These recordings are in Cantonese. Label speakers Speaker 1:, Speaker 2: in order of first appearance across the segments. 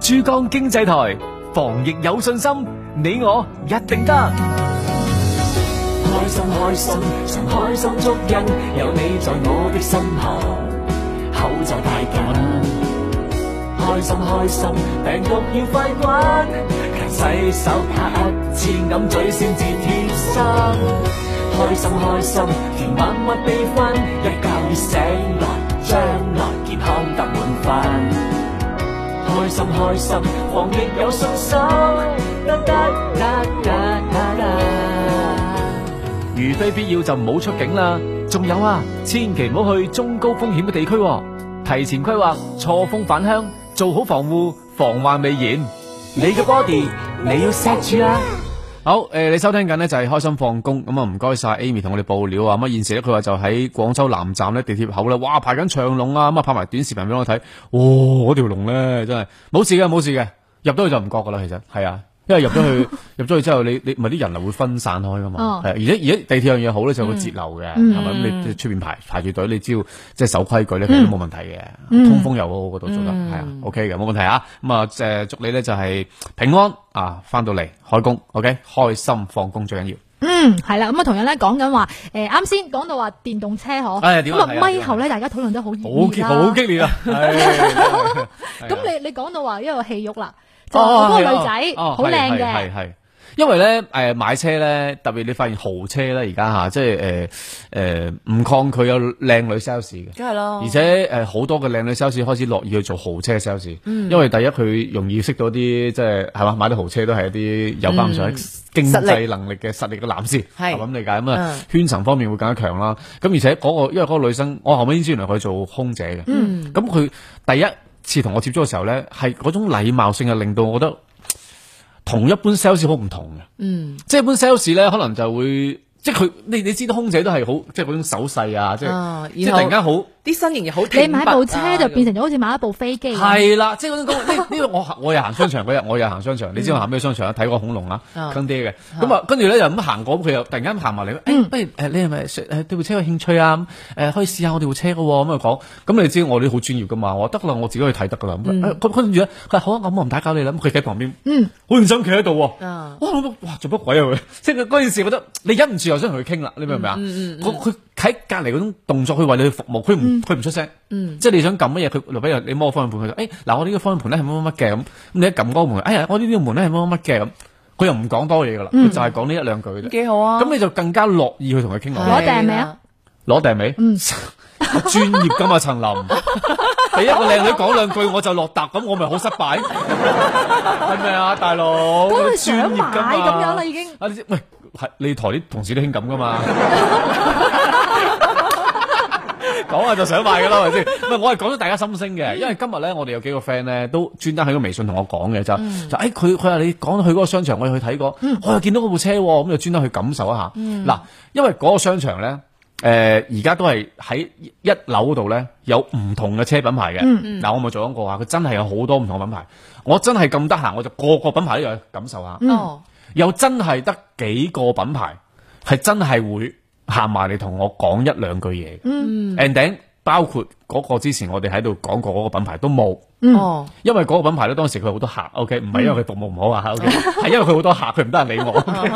Speaker 1: 珠江經濟台，防疫有信心，你我一定得。
Speaker 2: 開心開心，常開心足印，有你在我的身旁，口罩戴緊。開心開心，病毒要快滾，勤洗手打乞嗤，揞嘴先至貼身。開心開心，甜蜜蜜氣氛，一覺要醒來，將來健康得滿分。開心開心，防疫有信心，得得得得得得。
Speaker 1: 如非必要就唔好出境啦。仲有啊，千祈唔好去中高風險嘅地區喎，提前規劃，錯峰返鄉，做好防護，防患未然。
Speaker 2: 你嘅 body 你要 set 住啦。
Speaker 1: 好，诶、你收聽緊呢就係開心放工，咁啊唔該晒 Amy 同我哋報料啊，咁啊現時呢，佢話就喺廣州南站呢地鐵口呢，哇排緊長龍啊，咁啊拍埋短視頻俾我睇，哇嗰條龍呢真係冇事嘅冇事嘅，入到去就唔覺噶啦，其實係啊。因為入咗 去，入咗去之後，你你咪啲人流會分散開噶嘛，
Speaker 3: 哦
Speaker 1: 係啊而且而且地鐵樣嘢好咧，就
Speaker 3: 嗯
Speaker 1: 會節流嘅，係咪、咁你出邊排排住隊，你只要即係守規
Speaker 3: 嗯
Speaker 1: 矩咧，其實都冇問題嘅，通風又好嗰度做得係啊，OK 嘅，冇問題啊。咁啊，誒祝你咧就係平安啊，翻到嚟開工，OK，開心放工最緊要。
Speaker 3: 嗯，系啦，咁啊，同樣咧講緊話，诶，啱先講到話電動車嗬，
Speaker 1: 哎呀點啊
Speaker 3: 咁啊，
Speaker 1: 係啊
Speaker 3: 咪後咧，大家討論得好熱
Speaker 1: 好
Speaker 3: 烈
Speaker 1: 激
Speaker 3: 啦
Speaker 1: 好激烈 啊！咁
Speaker 3: 咁你你講到話一個戲肉啦，就話
Speaker 1: 啊
Speaker 3: 嗰個女仔好靚嘅，
Speaker 1: 系系。因為咧，誒、買車咧，特別你發現豪車咧，而家嚇，即係誒誒唔抗拒有靚女 sales 嘅，
Speaker 4: 梗係啦
Speaker 1: 而且誒好、多嘅靚女 sales 開始樂意去做豪車 sales，、因為第一佢容易識到啲即係係嘛買啲豪車都係一啲有翻咁上下經
Speaker 4: 實
Speaker 1: 濟
Speaker 4: 力
Speaker 1: 能力嘅嗯實力嘅男士，
Speaker 4: 係
Speaker 1: 係咁理解咁啊
Speaker 4: 嗯，
Speaker 1: 圈層方面會更加強啦。咁而且嗰、個因為嗰個女生，我後尾先知原來佢做空姐嘅，咁佢、第一次同我接觸嘅時候咧，係嗰種禮貌性係令到我覺得。同一般 sales 好唔同嘅，嗯，即係一般 sales 咧，可能就會，即係佢，你你知道空姐都係好，即係嗰種手勢啊，即係、
Speaker 4: 啊
Speaker 1: 即係突然間好，
Speaker 4: 啲身形又好挺拔啊，
Speaker 3: 你買部車就變成
Speaker 4: 成
Speaker 3: 咗好似買一部飛機啊咁，
Speaker 1: 係啦，即係嗰種講呢呢個我行我又行商場嗰日，我又行商場，你知我行咩商場啊？睇過恐龍啦，
Speaker 4: 啊
Speaker 1: 坑爹嘅。咁啊，跟住咧又咁行過，咁佢又突然間行埋嚟，誒，不如誒呃你係咪誒對部車有興趣啊？咁誒可以試下我哋部車嘅喎，咁啊講。咁你知我哋好專業噶嘛？我話得啦，我自己去睇得噶啦。咁咁跟住咧，佢話好啊，咁我唔打攪你啦。咁佢企喺旁邊，嗯，好認真企喺度喎。
Speaker 4: 啊
Speaker 1: 哇！我哇做乜鬼啊佢？ 即係嗰件事，覺得你忍唔住又想同佢傾啦，你明唔明啊？
Speaker 3: 嗯
Speaker 1: 佢佢喺隔離嗰種動作，去為你去服務，佢
Speaker 3: 嗯
Speaker 1: 唔佢唔出聲，即係你想撳乜嘢，佢例如你摸個方向盤，佢就誒哎嗱，我呢個方向盤咧係乜乜乜嘅咁，咁你一撳嗰個門，哎呀，我呢呢個門咧係乜乜乜嘅咁，佢又唔講多嘢噶啦，
Speaker 3: 嗯
Speaker 1: 佢就係講呢一兩句嘅啫。
Speaker 4: 幾好啊！
Speaker 1: 咁你就更加樂意去同佢傾落
Speaker 3: 攞
Speaker 1: 去，
Speaker 3: 定係咪啊？
Speaker 1: 攞定未？ 嗯，專業噶嘛，陳林。 俾一個靚女講兩句我就落搭，咁我咪好失 敗，係咪啊，大佬？
Speaker 3: 咁佢
Speaker 1: 專
Speaker 3: 想
Speaker 1: 業
Speaker 3: 買
Speaker 1: 㗎嘛
Speaker 3: 咁樣啦，已經
Speaker 1: 啊！你知喂，係你台啲同事都興咁噶嘛？ 講下就想買噶啦，係咪先？唔係，我係講咗大家心聲嘅，因為今日咧，我哋有幾個 friend 咧都專登喺個微信同我講嘅，就就誒佢佢話你講去嗰個商場，我又去睇過，我又見到嗰部車喎，咁就專登去感受一下。嗱，因為嗰個商場咧。誒而家都係喺一樓嗰度咧，有唔同嘅車品牌嘅。嗱、我咪做講過啊，佢真係有好多唔同嘅品牌。我真係咁得閒，我就個個品牌都有去感受下。
Speaker 4: 哦，
Speaker 1: 又真係得幾個品牌係真係會行埋嚟同我講一兩句嘢。嗯，and then 包括嗰個之前我哋喺度講過嗰個品牌都冇。
Speaker 4: 哦，
Speaker 1: 因為嗰個品牌咧，當時佢好多客，OK，唔係因為佢服務唔好啊，OK，係因為佢好多客，佢唔得閒理我，OK，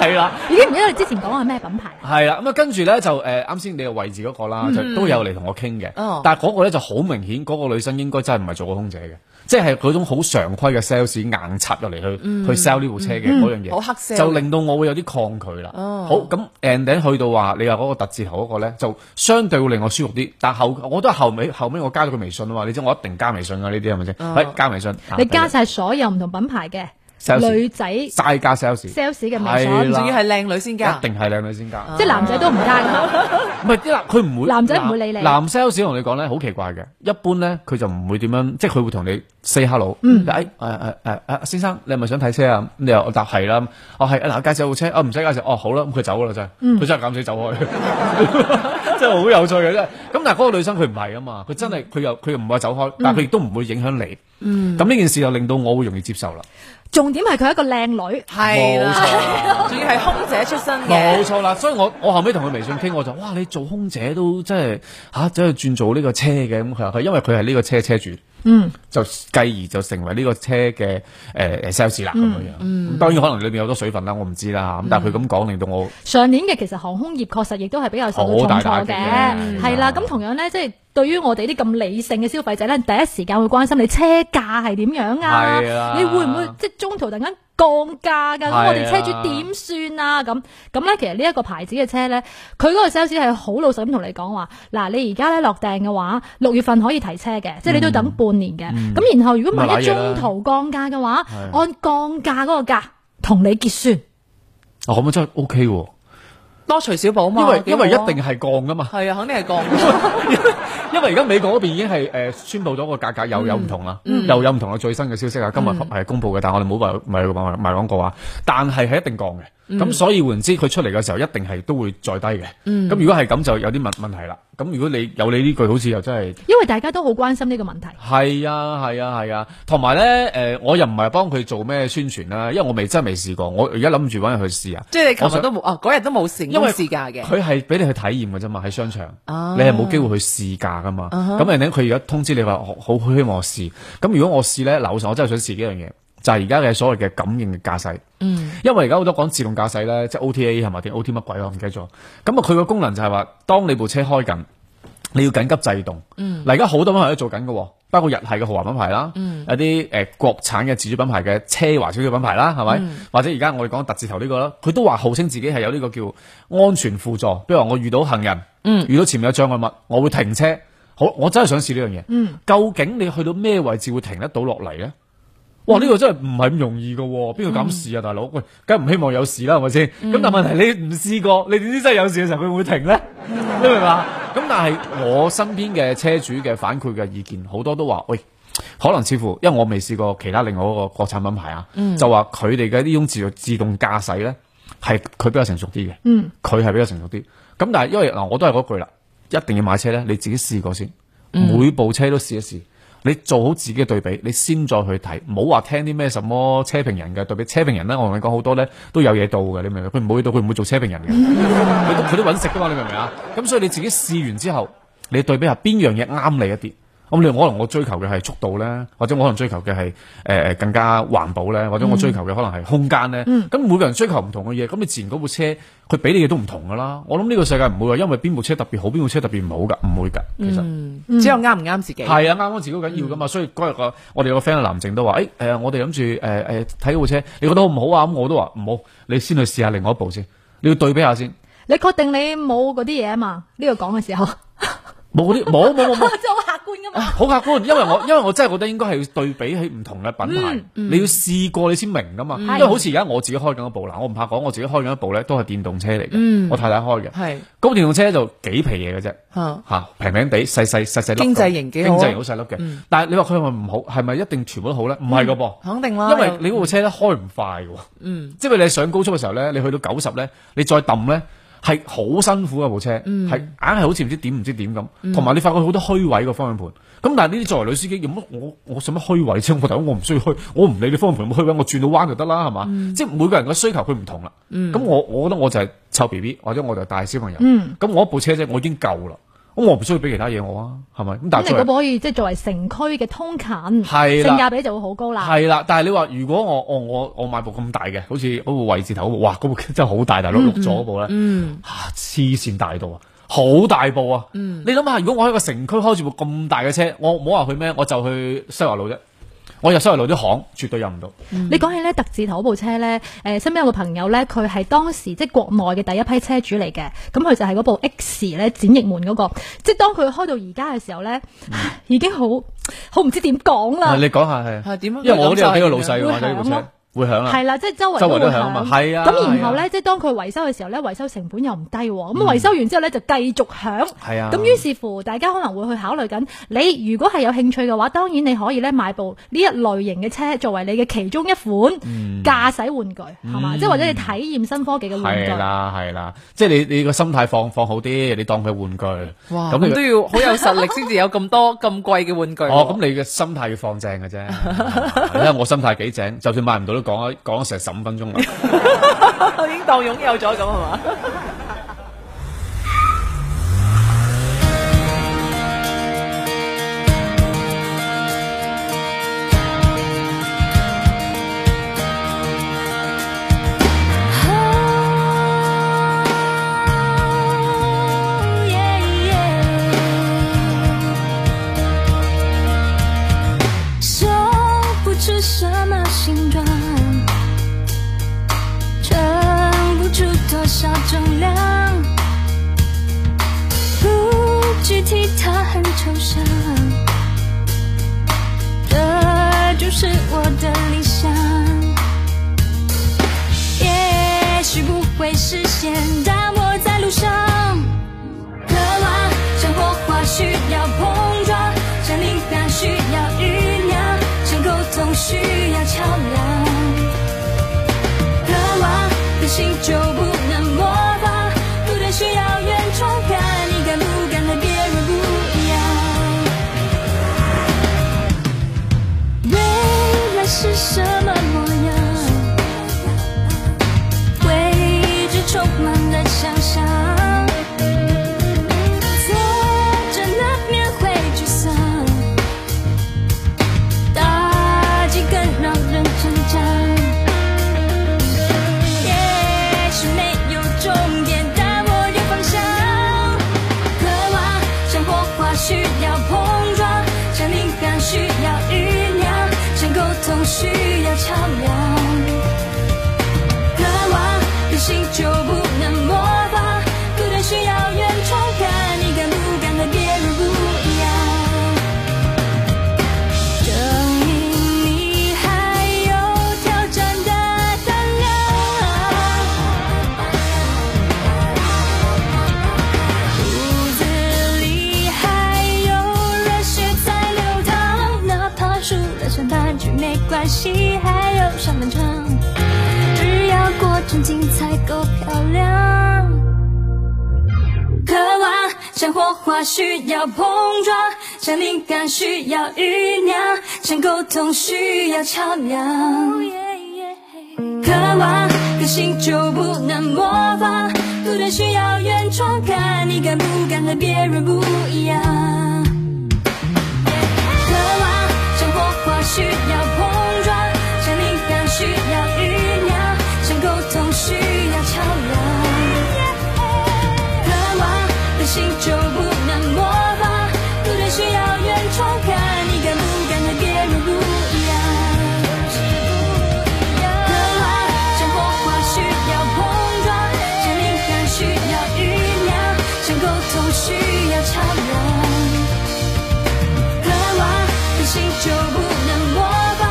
Speaker 1: 係啦，
Speaker 3: 已經唔記得你之前講係咩品牌啦，
Speaker 1: 係啦，咁啊跟住咧就誒啱先你嘅位置嗰個啦，就都有嚟同我傾嘅
Speaker 4: 嗯哦，
Speaker 1: 但係嗰個咧就好明顯，嗰個女生應該真係唔係做過空姐嘅，即係嗰種好常規嘅 sales 硬插入嚟去去 sell 呢部車嘅嗰樣嘢，
Speaker 4: 嗯好黑 sell
Speaker 1: 就令到我會有啲抗拒啦。
Speaker 4: 哦
Speaker 1: 好咁 and then 去到話你話嗰個特字頭嗰個咧，就相對會令我舒服啲，但後我都係後尾後尾我加咗佢微信啊嘛，你知我一定加微信噶呢啲係咪先？
Speaker 4: 哦
Speaker 1: 係加微信，啊
Speaker 3: 你加晒所有唔同品牌嘅
Speaker 1: Sales
Speaker 3: 女仔 sales
Speaker 1: 齋加 sales，
Speaker 3: 嘅微
Speaker 1: 係
Speaker 3: 信
Speaker 1: 啦，
Speaker 4: 仲要係靚女先㗎，
Speaker 1: 一定係靚女先加。
Speaker 3: 即係男仔都唔加㗎。
Speaker 1: 唔係啲男，佢唔會
Speaker 3: 男仔唔會理你
Speaker 1: 男 sales 同你講咧，好奇怪嘅，一般咧佢就唔會點樣，即係佢會同你 say hello。嗯，誒誒誒誒，先生，你係咪想睇車啊？咁你又我答係啦。哦係，嗱介紹部車，哦唔使介紹，哦好啦，咁佢走啦真
Speaker 3: 嗯
Speaker 1: 係，佢真係減死走開， 真係好有趣嘅真係。咁但係嗰個女生佢唔係啊嘛，佢真係佢又佢又唔會走開，但係佢亦都唔會影響你。嗯，咁呢件事就令到我會容易接受啦。
Speaker 3: 重點係佢係一個靚女，
Speaker 4: 係
Speaker 1: 冇
Speaker 4: 啦， 仲要係空姐出身
Speaker 1: 冇
Speaker 4: 嘅，
Speaker 1: 錯啦，所以我我後尾同佢微信傾，我就啊哇你做空姐都真係嚇，走去轉做呢個車嘅咁佢話佢因為佢係呢個車車主，
Speaker 3: 嗯，
Speaker 1: 就繼而就成為呢個車嘅誒誒 sales 啦咁
Speaker 4: 嗯
Speaker 1: 樣樣。咁當然可能裏面有好多水分啦，我唔知啦嚇咁但係佢咁講令到我
Speaker 3: 上年嘅其實航空業確實亦都係比較受到
Speaker 1: 好
Speaker 3: 重
Speaker 1: 大打
Speaker 3: 挫
Speaker 1: 擊
Speaker 3: 嘅
Speaker 1: 嘅，嗯啊
Speaker 3: 係啦。咁同樣呢，即係對於我哋啲咁理性嘅消費者呢，第一時間會關心你車價係點樣
Speaker 1: 係啊
Speaker 3: 啊？你會唔會即係中途突然間降價㗎？
Speaker 1: 係啊
Speaker 3: 咁我哋車主點算啊？咁咁呢，其實呢一個牌子嘅車呢，佢嗰個 sales 係好老實咁同你講話，嗱，你而家呢落訂嘅話，六月份可以提車嘅，即係你都要等半年嘅。咁然後如果
Speaker 1: 嗯咁啊
Speaker 3: 萬一
Speaker 1: 瀨嘢啦
Speaker 3: 中途降價嘅話，
Speaker 1: 係
Speaker 3: 按降價嗰個價同你結算。
Speaker 1: 哦咁啊真係 OK 喎，
Speaker 4: 多除少補嘛，
Speaker 1: 因為因為一
Speaker 4: 幾好啊
Speaker 1: 定係降噶嘛。
Speaker 4: 係啊，肯定係降。
Speaker 1: 因為而家美國嗰邊已經係誒、呃宣布咗個價格又有唔同啦，又有唔同嘅最新嘅消息啊。今日係公佈嘅，但係我哋冇賣賣賣賣廣告啊。但係係一定降嘅，咁、所以換言之佢出嚟嘅時候一定係都會再低嘅。咁、如果係咁就有啲問問題啦。咁如果你有你呢句，好似又真係
Speaker 3: 因為大家都好關心呢個問題。
Speaker 1: 係啊係啊係啊，同埋咧誒，我又唔係幫佢做咩宣傳啦，因為我未真係未試過，我而家諗住揾人去試啊。
Speaker 4: 即係你琴
Speaker 1: 我想
Speaker 4: 日都冇啊，嗰日都冇成
Speaker 1: 因
Speaker 4: 功
Speaker 1: 為
Speaker 4: 試駕嘅。
Speaker 1: 佢係俾你去體驗嘅啫嘛，喺商場，
Speaker 4: 啊
Speaker 1: 你係冇機會去試駕噶嘛。
Speaker 4: 嗯
Speaker 1: 咁人哋佢而家通知你話好好希望我試，咁如果我試咧，嗱，老實我真係想試呢樣嘢，就係而家嘅所謂嘅感應嘅駕駛。
Speaker 4: 嗯，
Speaker 1: 因為而家好多講自動駕駛咧，即係 OTA 係咪定 OT 乜鬼啊？我唔記得咗。咁啊，佢個功能就係話，當你部車開緊，你要緊急制動。嗱，而家好多品牌都做緊嘅喎，包括日系嘅豪華品牌啦，有啲誒、呃、國產嘅自主品牌嘅奢華少少品牌啦，係咪？或者而家我哋講特字頭呢、個啦，佢都話號稱自己係有呢個叫安全輔助，比如話我遇到行人，遇到前面有障礙物，我會停車。好，我真係想試呢樣嘢。究竟你去到咩位置會停得到落嚟咧？哇！呢、個真係唔係咁容易噶，邊個敢試啊，大佬？喂，梗係唔希望有事啦，係咪先？咁、但係問題你唔試過，你點知真係有事嘅時候佢會唔會停咧？你明嘛？咁但係我身邊嘅車主嘅反饋嘅意見，好多都話喂。可能似乎，因為我未試過其他另外一個國產品牌啊，就話佢哋嘅呢種自自動駕駛咧，係佢比較成熟啲嘅，
Speaker 3: 嗯
Speaker 1: 佢係比較成熟啲。咁但係因為嗱，我都係嗰句啦，一定要買車咧，你自己試過先，每部車都試一試，你做好自己嘅對比，你先再去睇，唔好話聽啲咩什麼車評人嘅對比。車評人咧，我同你講好多咧都有嘢到嘅，你明唔明？佢唔會到，佢唔會做車評人嘅，佢都佢都揾食噶嘛，你明唔明啊？咁所以你自己試完之後，你對比下邊樣嘢啱你一啲。咁你可能我追求嘅係速度咧，或者我可能追求嘅係誒誒更加環保咧，或者我追求嘅可能係空間咧。咁、每個人追求唔同嘅嘢，咁你自然嗰部車佢俾你嘅都唔同噶啦。我諗呢個世界唔會話因為邊部車特別好，邊部車特別唔好㗎，唔會㗎。其實
Speaker 4: 只有啱唔啱自己。
Speaker 1: 係啊，啱啱自己好緊要噶嘛。所以嗰日個我哋有個 friend 藍靜都話：，誒、誒，我哋諗住誒誒睇嗰部車，你覺得好唔好啊？咁我都話唔好，你先去試下另外一部先，你要對比下先。
Speaker 3: 你確定你冇嗰啲嘢啊嘛？呢度講嘅 時候，即
Speaker 1: 冇 嗰啲，冇冇冇冇。
Speaker 3: 係好客觀噶 嘛。
Speaker 1: 好客觀，因為我因為我真係覺得應該係要對比起唔同嘅品牌，
Speaker 4: 嗯
Speaker 1: 你要試過你先明噶嘛。因為好似而家我自己開緊一部嗱，我唔怕講，我自己開緊一部咧都係電動車嚟嘅，
Speaker 4: 嗯
Speaker 1: 我太太開嘅。
Speaker 4: 係
Speaker 1: 高電動車就幾皮嘢嘅啫，
Speaker 4: 嚇
Speaker 1: 嚇平平地細細細細粒咁，
Speaker 4: 經濟型幾好
Speaker 1: 經
Speaker 4: 啊
Speaker 1: 濟型好細粒嘅。但係你話佢係咪唔好？係咪一定全部都好咧？唔係噶噃。
Speaker 4: 肯定啦。
Speaker 1: 因為你嗰部車咧開唔快嘅喎，
Speaker 4: 嗯，
Speaker 1: 即係你上高速嘅時候咧，你去到九十咧，你再揼咧係好辛苦嘅部車，係硬係好似唔知點唔知點咁，同埋你發覺好多虛位嘅方向盤。咁但係呢啲作為女司機，有乜我我使乜虛位啫？我大佬我唔需要虛，我唔理你方向盤有冇虛位，我轉到彎就得啦，係嘛？即係每個人嘅需求佢唔同啦。咁我我覺得我就係湊 B B 或者我就帶小朋友，咁我一部車啫，我已經夠啦。咁我唔需要俾其他嘢我啊，係咪？咁但係
Speaker 3: 咁你
Speaker 1: 作為
Speaker 3: 嗰部可以即係作為城區嘅通勤，
Speaker 1: 係啦
Speaker 3: 性價比就會好高啦。
Speaker 1: 係啦，但係你話如果我我我我買部咁大嘅，好似嗰部位置頭嗰部，哇，嗰部 真係好大，大佬六座嗰部咧，啊黐線大到啊！好大部啊！你諗下，如果我喺個城區開住部咁大嘅車，我唔好話去咩，我就去西華路啫。我入西華路啲巷，絕對入唔到。
Speaker 3: 嗯你講起咧特字頭嗰部車咧，誒身邊有個朋友咧，佢係當時即係國內嘅第一批車主嚟嘅，咁佢就係嗰部 X 咧展翼門嗰個，即係當佢開到而家嘅時候咧，
Speaker 1: 嗯
Speaker 3: 唉 已經好好唔知點講啦
Speaker 1: 係。你講下係，
Speaker 4: 係點啊
Speaker 1: 因為我都有幾個老細
Speaker 3: 會響啊
Speaker 1: 玩咗呢部
Speaker 3: 咯
Speaker 1: 車，會響啦。
Speaker 3: 係啦，即係周圍
Speaker 1: 周圍
Speaker 3: 會
Speaker 1: 都響啊嘛係啊嗯
Speaker 3: 咁然後
Speaker 1: 係
Speaker 3: 咧，即係當佢維修嘅時候咧，維修成本又唔低喎。咁維修完之後咧，就繼續響。
Speaker 1: 係啊
Speaker 3: 咁於是乎，大家可能會去考慮緊，你如果係有興趣嘅話，當然你可以咧買部呢一類型嘅車作為你嘅其中一款
Speaker 1: 嗯
Speaker 3: 駕駛玩具，係嘛？即係或者你體驗新科技嘅玩具
Speaker 1: 係。嗯啦，係啦，即係你你個心態放放好啲，你當佢玩具。
Speaker 4: 哇，
Speaker 1: 咁你
Speaker 4: 咁都要好有實力先至有咁多咁貴 嘅玩具喎。
Speaker 1: 哦，咁你嘅心態要放正嘅啫，因為我心態幾正，就算買唔到都講咗講咗成十五分鐘啦。
Speaker 4: 我 已經當擁有咗咁係嘛？
Speaker 5: 抽象。这就是我的理想，也许不会实现，但我在路上。渴望像火花需要碰撞，像灵感需要酝酿，像沟通需要桥梁。渴望的心就不能模仿，不断需要原创感，你敢不敢和别人不一样？未来是什么模样？未知充满了想象。坐着难免会沮丧，打击更让人成长。也许没有终点，但我有方向。渴望像火花需要碰撞，像灵感需要酝酿，像沟通需要桥梁。渴望的心就不能模仿，不断需要原创感，你敢不敢和别人不一样？证明你还有挑战的胆量。骨子里还有热血在流淌，哪怕输了上半局没关系，还有上半场，只要过程精彩够漂亮。渴望，像火花需要碰撞，像灵感需要酝酿，像沟通需要桥梁。渴望个性就不能模仿，不断需要原创感，你敢不敢和别人不一样？渴望，像火花需要碰撞，像灵感需要酝酿，像沟通需要桥梁。渴望的心就不能模仿，不断需要原创感，你敢不敢和别人不一样？渴望像火花需要碰撞，像灵感需要酝酿，像沟通需要桥梁。渴望的心就不能模仿，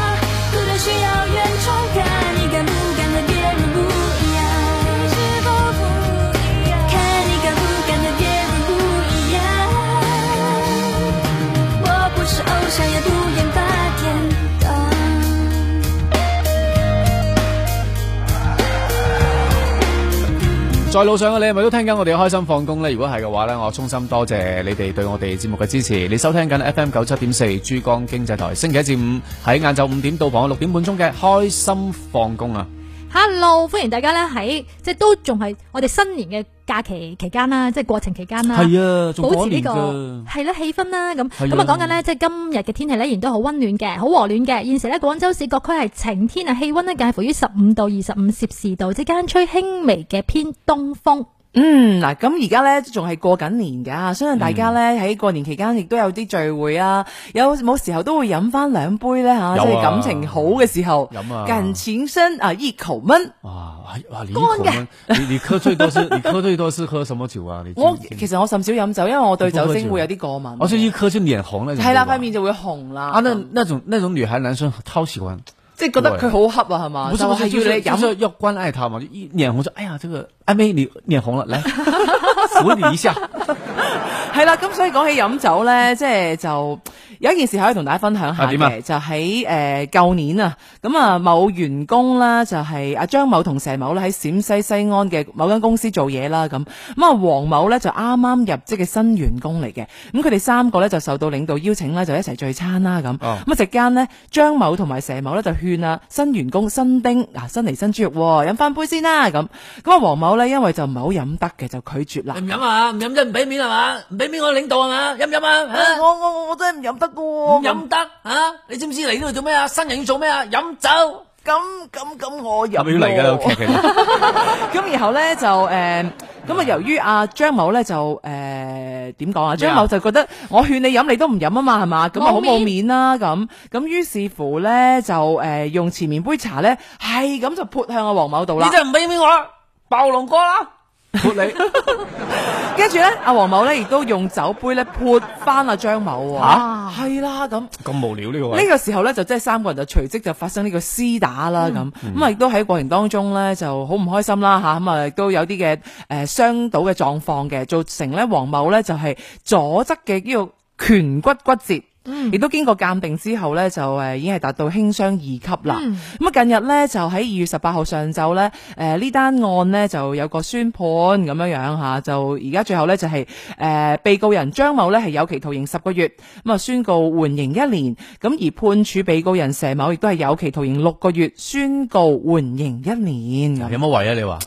Speaker 5: 不断需要原创感，你敢不敢和别人不一样？看你敢不敢和别人不一样。我不是偶像，也不演八点档。
Speaker 1: 在路上嘅你係咪都聽緊我哋嘅開心放工呢？如果係嘅話呢，我衷心多謝你哋對我哋節目嘅支持。你收聽緊 FM 九七點四珠江經濟台，星期一至五喺晏晝五點到傍六點半鐘嘅開心放工啊！
Speaker 3: Hello，歡迎大家咧喺即系都仲係我哋新年嘅假期期間啦，即係過程期間啦。
Speaker 1: 係啊，仲
Speaker 3: 保
Speaker 1: 過
Speaker 3: 持
Speaker 1: 一
Speaker 3: 呢、
Speaker 1: 年
Speaker 3: 個
Speaker 1: 㗎。
Speaker 3: 係啦氣氛啦，咁
Speaker 1: 係啊
Speaker 3: 咁啊講緊呢，即係今日嘅天氣呢，仍然都好温暖嘅，好和暖嘅。現時呢，廣州市各區係晴天啊，氣温呢介乎於十五到二十五攝氏度之間，吹輕微嘅偏東風。
Speaker 4: 嗯，嗱，咁而家咧仲係過緊年㗎，相信大家咧
Speaker 1: 嗯
Speaker 4: 喺過年期間亦都有啲聚會啊，有冇時候都會飲翻兩杯咧吓，
Speaker 1: 有
Speaker 4: 即
Speaker 1: 啊
Speaker 4: 係感情好嘅時候，
Speaker 1: 飲啊
Speaker 4: 感情深啊一口悶。
Speaker 1: 哇哇！你一口闷，你你喝最多是，你喝最多是喝什麼酒啊？你知
Speaker 4: 我
Speaker 1: 唔知
Speaker 4: 其實我甚少飲酒，因為我
Speaker 1: 你
Speaker 4: 對
Speaker 1: 不喝
Speaker 4: 酒精
Speaker 1: 酒
Speaker 4: 會有啲過敏。
Speaker 1: 我是一喝就臉紅那種。
Speaker 4: 係
Speaker 1: 對吧
Speaker 4: 啦，塊面就會紅啦。
Speaker 1: 啊，那那種那種女孩男生超喜歡，
Speaker 4: 即係覺得佢好恰啊，係嘛？
Speaker 1: 不是
Speaker 4: 就
Speaker 1: 不
Speaker 4: 係
Speaker 1: 是，就
Speaker 4: 要
Speaker 1: 是
Speaker 4: 你
Speaker 1: 就
Speaker 4: 飲
Speaker 1: 是要關愛她嘛，就一臉紅就哎呀，這個阿妹你臉紅 了，來扶你一下。
Speaker 4: 係啦，咁所以講起飲酒咧，即係就有一件事可以同大家分享下
Speaker 1: 啊點啊
Speaker 4: 嘅，就喺誒舊年啊，咁啊某員工啦，就係阿張某同佘某咧喺陝西西安嘅某間公司做嘢啦，咁咁啊黃某咧就啱啱入職嘅新員工嚟嘅，咁佢哋三個咧就受到領導邀請啦，就一齊聚餐啦咁，咁
Speaker 1: 哦
Speaker 4: 啊席間呢，張某同埋佘某咧就勸啊新員工新丁嗱新嚟新豬肉喎，飲翻杯先啦咁，咁啊黃某咧因為就唔係好飲得嘅就拒絕啦。
Speaker 1: 唔飲啊，唔飲真唔俾面係嘛？唔俾面我領導係嘛？飲唔飲啊？
Speaker 4: 我我我真係唔飲得噶
Speaker 1: 唔
Speaker 4: 喎，
Speaker 1: 飲得啊！你知唔知嚟呢度做咩啊？新人要做咩啊？飲酒。
Speaker 4: 咁咁咁我飲喎。
Speaker 1: 劇嚟？
Speaker 4: 咁然後咧就誒，呃咁啊由於阿張某咧就誒點講啊？張某就覺得我勸你飲你都唔飲啊嘛，係嘛？咁啊好冇面啦咁。咁於是乎咧就誒用哎前面杯茶咧係咁就潑向阿黃某度啦
Speaker 1: 你。真係唔俾面我啦，暴龍哥啦！泼你
Speaker 4: 跟住咧，阿黃某咧亦都用酒杯咧潑翻阿張某
Speaker 1: 嚇
Speaker 4: 喎，係啦咁。
Speaker 1: 咁無聊呢個
Speaker 4: 呢
Speaker 1: 位，
Speaker 4: 個時候咧，就即係三個人就隨即就發生呢個厮打啦
Speaker 1: 嗯
Speaker 4: 咁，咁啊亦都喺過程當中咧就好唔開心啦吓，咁啊亦都有啲嘅誒相倒嘅狀況嘅，造成咧黃某咧就係左側嘅呢個拳骨骨折。
Speaker 1: 嗯
Speaker 4: 亦都經過鑑定之後咧，就誒已經係達到輕傷二級啦。
Speaker 1: 嗯
Speaker 4: 咁啊、近日咧就喺二月十八號上晝咧，誒呢單案呢就有個宣判咁樣樣嚇，就而家最後咧就係、誒被告人張某咧係有期徒刑十個月，咁啊宣告緩刑一年，咁而判處被告人佘某亦都係有期徒刑六個月，宣告緩刑一年
Speaker 1: 有
Speaker 4: 咁，
Speaker 1: 乜位啊？你話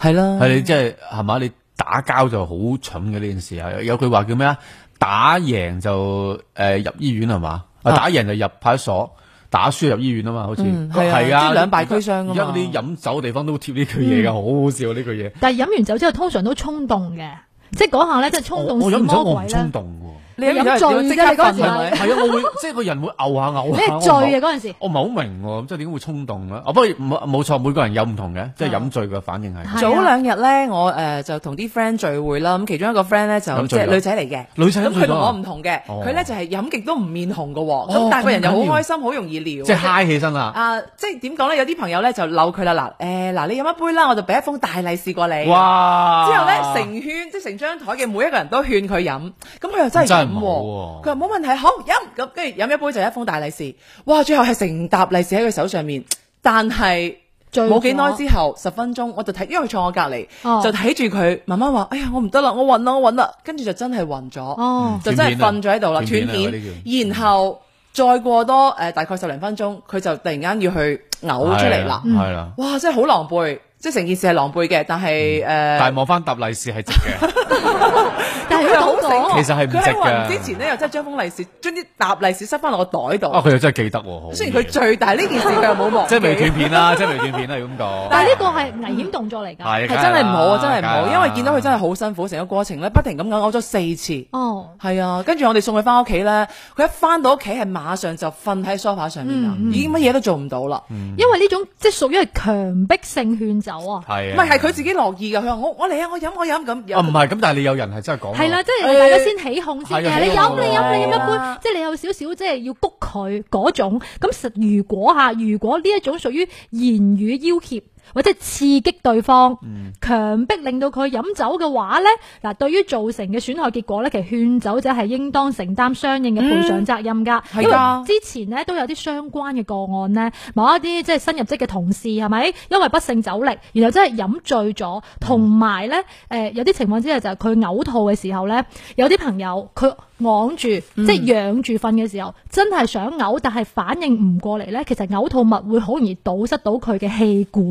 Speaker 4: 係啦，
Speaker 1: 係你即係係嘛？你打交就好蠢嘅呢件事啊！有有句話叫咩啊？打贏就誒入醫院係嘛？啊，
Speaker 4: 啊
Speaker 1: 打贏就入派出所。打輸入醫院啊嘛，好似
Speaker 4: 嗯係啊即係兩敗俱傷啊嘛嗯
Speaker 1: 而家嗰啲飲酒地方都貼呢句嘢㗎，好好笑呢句嘢。
Speaker 3: 但係飲完酒之後，通常都衝動嘅，即係嗰下咧，即係衝動
Speaker 1: 我
Speaker 3: 是
Speaker 1: 飲唔酒
Speaker 3: 魔
Speaker 1: 我唔
Speaker 3: 鬼
Speaker 1: 衝
Speaker 3: 咧。
Speaker 1: 動
Speaker 4: 你飲
Speaker 3: 飲
Speaker 4: 完
Speaker 3: 醉
Speaker 4: 酒
Speaker 3: 啫
Speaker 4: 即刻
Speaker 3: 你嗰
Speaker 4: 瞓
Speaker 3: 時係
Speaker 4: 係
Speaker 1: 喎，
Speaker 4: 咪？
Speaker 1: 係啊，我會 即係個人會嘔下嘔
Speaker 3: 你
Speaker 1: 下。
Speaker 3: 係
Speaker 1: 我
Speaker 3: 醉嘅
Speaker 1: 唔
Speaker 3: 嗰陣時，
Speaker 1: 我唔係好明喎，咁即係點解會衝動咧？哦，不過冇冇錯，每個人有唔同嘅，即係飲醉嘅反應係。
Speaker 3: 係
Speaker 4: 早
Speaker 3: 啊
Speaker 4: 兩日咧，我誒、呃就同啲 friend 聚會啦，咁其中一個 friend 咧就
Speaker 1: 飲
Speaker 4: 即
Speaker 1: 醉
Speaker 4: 係
Speaker 1: 咗
Speaker 4: 女仔嚟嘅。
Speaker 1: 女仔
Speaker 4: 咁
Speaker 1: 飲醉
Speaker 4: 佢同我
Speaker 1: 咗
Speaker 4: 唔，同嘅，
Speaker 1: 哦
Speaker 4: 佢咧就係飲極都唔面紅嘅喎，
Speaker 1: 哦
Speaker 4: 咁但係個人又
Speaker 1: 咁緊要
Speaker 4: 好開心，好容易聊。
Speaker 1: 即係嗨起身啦！
Speaker 4: 啊，即係點講咧？有啲朋友咧就扭佢啦，嗱，誒嗱，你飲一杯啦，我就俾一封大利是過你。！
Speaker 1: 哇！
Speaker 4: 之後咧，成圈即係成張台嘅每一個人都勸佢飲，咁佢又真係
Speaker 1: 真係
Speaker 4: 飲
Speaker 1: 唔
Speaker 4: 喎。佢
Speaker 1: 好喎
Speaker 4: 話冇問題，好飲咁，跟住飲一杯就一封大利是。哇！最後係成沓利是喺佢手上面，但係。
Speaker 3: 醉
Speaker 4: 冇幾耐
Speaker 3: 咗
Speaker 4: 之後，十分鐘我就睇，因為佢坐我隔離，
Speaker 3: 哦
Speaker 4: 就睇住佢慢慢話：哎呀，我唔得啦，我暈啦，我暈啦，跟住就真係暈咗。
Speaker 3: 哦，
Speaker 4: 就真係瞓咗喺度啦，
Speaker 1: 斷
Speaker 4: 斷
Speaker 1: 片啊
Speaker 4: 片，然後再過多誒、呃大概十零分鐘，佢就突然間要去嘔出嚟啦，
Speaker 1: 嗯係啊啦。
Speaker 4: 哇！真係好狼狽，即係成件事係狼狽嘅，但係誒，
Speaker 1: 但
Speaker 4: 呃
Speaker 1: 係望翻搭利是係值 嘅，嗯
Speaker 3: 但係
Speaker 4: 佢又
Speaker 3: 佢
Speaker 4: 啊好
Speaker 3: 好
Speaker 4: 醒
Speaker 3: 講
Speaker 4: 喎，
Speaker 1: 其實係唔值
Speaker 4: 佢喺
Speaker 1: 㗎
Speaker 4: 暈之前咧，又真係將封利是，將啲沓利是塞翻落個袋
Speaker 1: 啊
Speaker 4: 度。
Speaker 1: 佢又真係記得喎，好嘢
Speaker 4: 雖然佢最大呢件事佢又冇忘記，
Speaker 1: 即係未斷 片啦，即係未斷片啦，如果咁講。
Speaker 3: 但係呢個係危險動作嚟㗎。
Speaker 1: 係
Speaker 4: 係真係唔好啊，真係唔
Speaker 1: 梗
Speaker 4: 好，
Speaker 1: 啦
Speaker 4: 因為見到佢真係好辛苦，成個過程咧不停咁嘔咗四次。
Speaker 3: 哦，
Speaker 4: 係啊，跟住我哋送佢翻屋企咧，佢一翻到屋企係馬上就瞓喺 sofa 上面
Speaker 1: 嗯
Speaker 4: 啦，已經乜嘢都做唔到啦。
Speaker 3: 因為呢種即係屬於係強迫性勸酒啊。
Speaker 1: 係
Speaker 4: 唔
Speaker 1: 啊
Speaker 4: 係，係佢自己樂意噶。佢話我我嚟啊，我飲我飲咁。
Speaker 1: 啊唔係咁，但係你有人係真係講
Speaker 3: 係啦，
Speaker 1: 喎
Speaker 3: 即係大家先起哄先
Speaker 1: 係啊
Speaker 3: 嘅。你
Speaker 1: 起哄
Speaker 3: 飲你飲你飲
Speaker 4: 啊
Speaker 3: 一杯，即係你有少少即係要谷佢嗰種。咁實如果嚇，如果呢一種屬於言語要挟或者刺激對方、
Speaker 1: 嗯
Speaker 3: 強迫令到佢飲酒嘅話咧，嗱對於造成嘅損害結果咧，其實勸酒者係應當承擔相應嘅賠償責任㗎。
Speaker 4: 嗯係
Speaker 3: 因為
Speaker 4: 㗎
Speaker 3: 之前咧都有啲相關嘅個案咧，某一啲即係新入職嘅同事係咪？因為不勝酒力，然後真係飲醉咗，同埋咧
Speaker 1: 嗯
Speaker 3: 誒有啲情況之下就係佢嘔吐嘅時候咧，有啲朋友佢昂住即
Speaker 1: 嗯
Speaker 3: 係仰住瞓嘅時候，真係想嘔，但係反應唔過嚟咧，其實嘔吐物會好容易堵塞到佢嘅氣管，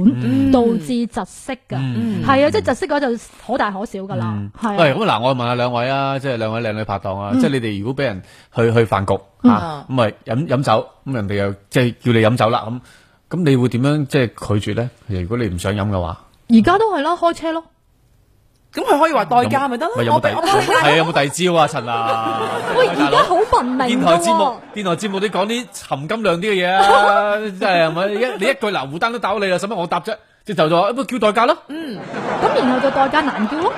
Speaker 3: 導致窒息㗎。
Speaker 1: 嗯
Speaker 3: 係啊，即係窒息嗰就可大可小㗎啦。係啊
Speaker 1: 喂，咁嗱，我問下兩位啊，即係兩位靚女拍檔啊，即係你哋如果俾人去去飯局
Speaker 4: 嗯
Speaker 1: 嚇，咁咪飲飲酒，咁人哋又即係叫你飲酒啦，咁咁你會點樣即係拒絕咧？如果你唔想飲嘅話，
Speaker 3: 而家都係啦，開車咯。
Speaker 4: 咁佢可以話代價咪得
Speaker 1: 咪
Speaker 4: 咯。
Speaker 1: 有
Speaker 4: 我
Speaker 1: 冇第
Speaker 4: 俾我俾你
Speaker 1: 係啊有冇第二招啊，陳啊？
Speaker 3: 喂，而家好文
Speaker 1: 電
Speaker 3: 明㗎
Speaker 1: 台節
Speaker 3: 喎
Speaker 1: 目，。電台節目你講啲含金量啲嘅嘢啊， 真係係咪？一你一句嗱，胡丹都打到你啦，使乜我答啫？直頭就話，不如叫代價啦，
Speaker 4: 嗯
Speaker 3: 咁然後就代價難叫咯。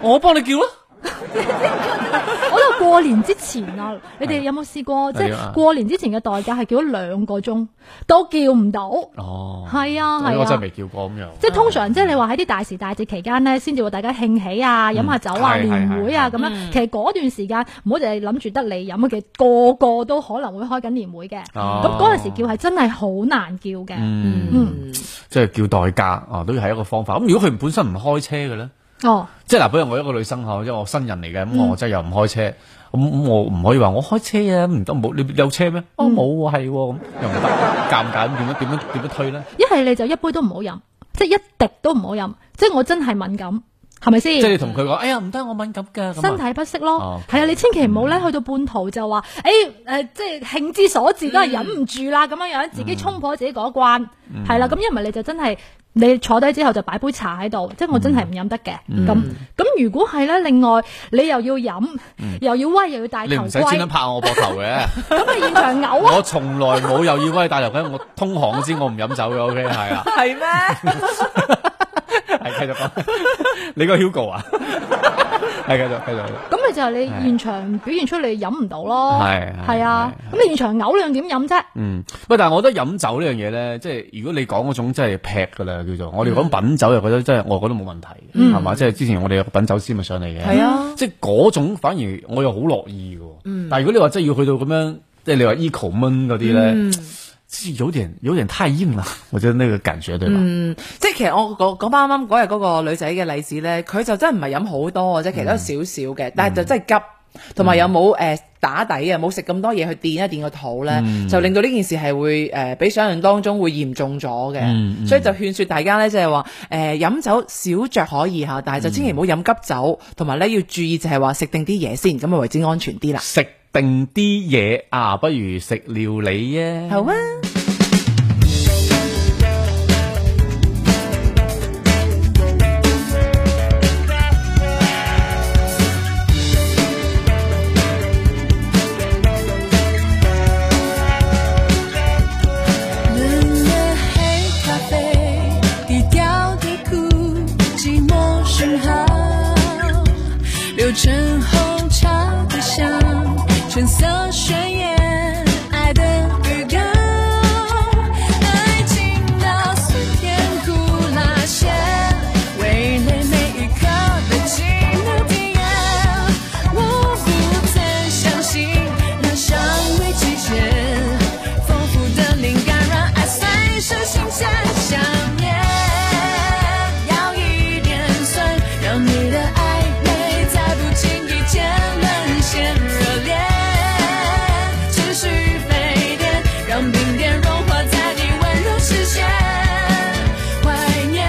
Speaker 1: 我幫你叫啦。
Speaker 3: 我覺得過年之前啊，你哋有冇試過即
Speaker 1: 係啊
Speaker 3: 係過年之前嘅代價係叫咗兩個鐘都叫唔到？
Speaker 1: 哦，
Speaker 3: 係啊
Speaker 1: 我真係
Speaker 3: 係啊。
Speaker 1: 未叫嗯過咁樣。
Speaker 3: 即係通常即係你話喺啲大時大節期間咧，先至會大家興起啊、飲下酒啊、
Speaker 1: 係係
Speaker 3: 年會啊
Speaker 1: 係
Speaker 3: 咁樣。其實嗰段時間唔好淨係諗住得你飲嘅，個個都可能會開緊年會嘅。
Speaker 1: 哦
Speaker 3: 咁嗰陣時叫係真係好難叫嘅。
Speaker 1: 嗯，即係叫代價哦，都係一個方法。咁如果佢本身唔開車嘅咧，
Speaker 3: 哦，
Speaker 1: 即係嗱，比如我一個女生嚇，因為我新人嚟嘅，咁我真係又唔開車，咁咁我唔可以話我開車啊，唔得冇你有車咩？哦冇喎，係喎，咁又唔得，尷尬咁點樣點樣點樣推咧？
Speaker 3: 一係你就一杯都唔好飲，即係一滴都唔好飲。即係我真係敏感，係咪先？
Speaker 1: 即係你同佢講，哎呀唔得，我敏感㗎，咁啊
Speaker 3: 身體不適咯
Speaker 1: 哦，
Speaker 3: 係啊，你千祈唔好咧，去到半途就話，誒誒，即係興之所至都係忍唔住
Speaker 1: 嗯
Speaker 3: 啦，咁樣樣自己衝破自己嗰一關，係啦，咁因為你就真係你坐低之後就擺杯茶喺度，即係我
Speaker 1: 嗯
Speaker 3: 真係唔飲得嘅，咁咁如果係咧，另外你又要飲，又要威，又要戴
Speaker 1: 嗯你
Speaker 3: 頭
Speaker 1: 唔
Speaker 3: 盔，
Speaker 1: 使專登
Speaker 3: 咁
Speaker 1: 拍我膊頭嘅。
Speaker 3: 你現場嘔 啊！
Speaker 1: 我從來冇又要威大頭盔，我通行都知我唔飲酒嘅，OK 係啊，
Speaker 4: 係咩？
Speaker 1: 係继续讲，你個 Hugo 啊，係繼續繼續。
Speaker 3: 咁咪就係你現場表現出嚟飲唔到咯，
Speaker 1: 係係
Speaker 3: 係啊，咁你現場嘔兩點飲啫，
Speaker 1: 嗯，喂，但係我覺得飲酒呢樣嘢咧，即係如果你講嗰種真係劈㗎啦，叫做我哋
Speaker 4: 嗯
Speaker 1: 講品酒又覺得真係，我覺得冇問題嘅，係嘛？即係之前我哋有個品酒師咪上嚟嘅，
Speaker 4: 係啊，嗯
Speaker 1: 即係嗰種反而我又好樂意嘅喎。但係如果你話真係要去到咁樣，即係你話 eco 蚊嗰啲
Speaker 4: 嗯
Speaker 1: 咧，是有點有點太硬啦，我覺得那個感覺對吧？
Speaker 4: 即係其實我講講翻啱啱嗰日嗰個女仔嘅例子咧，佢就真係唔係飲好多嘅啫，其實都少少嘅，但係就真係急。同埋有冇誒、呃打底啊？冇食咁多嘢去墊一墊個肚咧，就令到呢件事係會誒、呃比想象當中會嚴重咗嘅，所以就勸説大家咧，即係話誒飲酒少着可以嚇，但係就千祈唔好飲急酒，同埋咧要注意就係話食定啲嘢先，咁啊為之安全啲啦。
Speaker 1: 食定啲嘢啊，不如食料理啊。
Speaker 4: 好啊，
Speaker 5: 冷的黑咖啡，低调的苦，寂寞讯号。流成红茶的香，橙色宣言，爱的预告。爱情到酸甜苦辣咸，味蕾每一刻被记录体验。我不曾相信那尚未季节。丰富的灵感让爱随手心间想念，要一点酸，让你的暧昧在不经意间沦陷热恋，持续沸点，让冰点融化在你温柔视线，怀念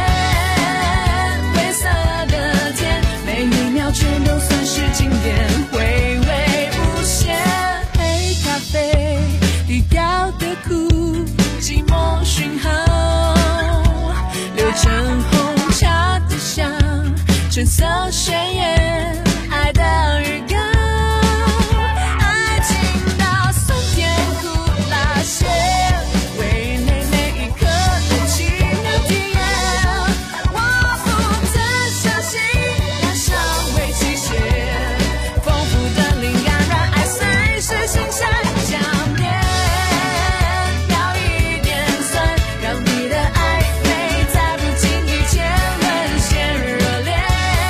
Speaker 5: 灰色的天，每一秒全都算是经典，回味无限。黑咖啡，低调的苦，寂寞讯号，流成红茶的香，橙色宣言，爱的预告，爱情到酸甜苦辣咸，味蕾每一刻的奇妙体验，我不曾相信那尚未期限，丰富的灵感让爱随时心生想念。要一点酸，让你的暧昧在不经意间沦陷热恋，Oh,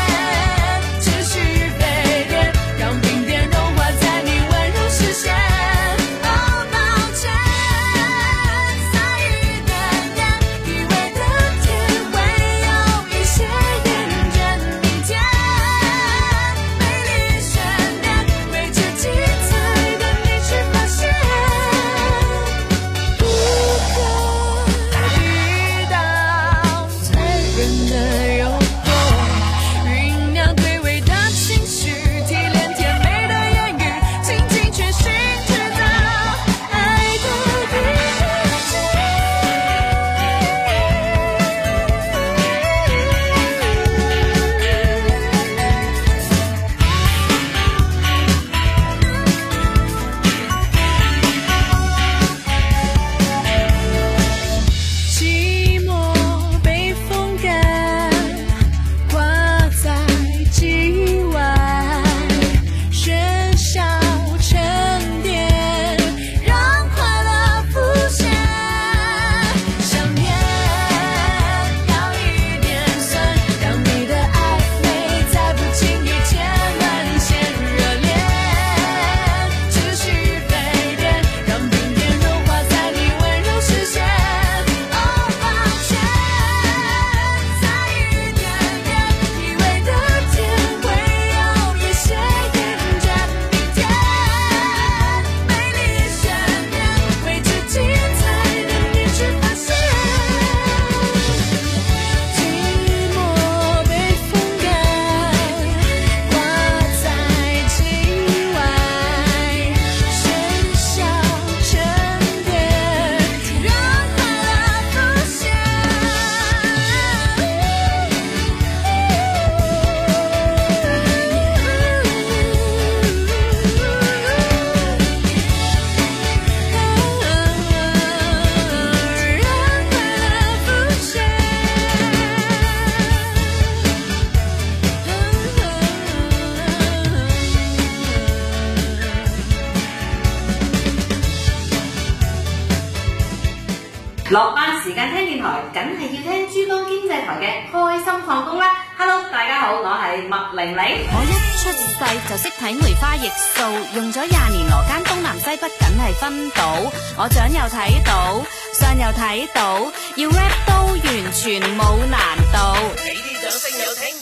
Speaker 6: 落班時間聽電台，梗係要聽珠江經濟台嘅開心放工啦！Hello，大家好，我係麥玲玲。
Speaker 5: 我一出世就識睇梅花易數，用咗廿年羅間東南西北梗係分到，我掌又睇到，相又睇到，要 rap 都完全冇難度。
Speaker 7: 你啲掌聲有請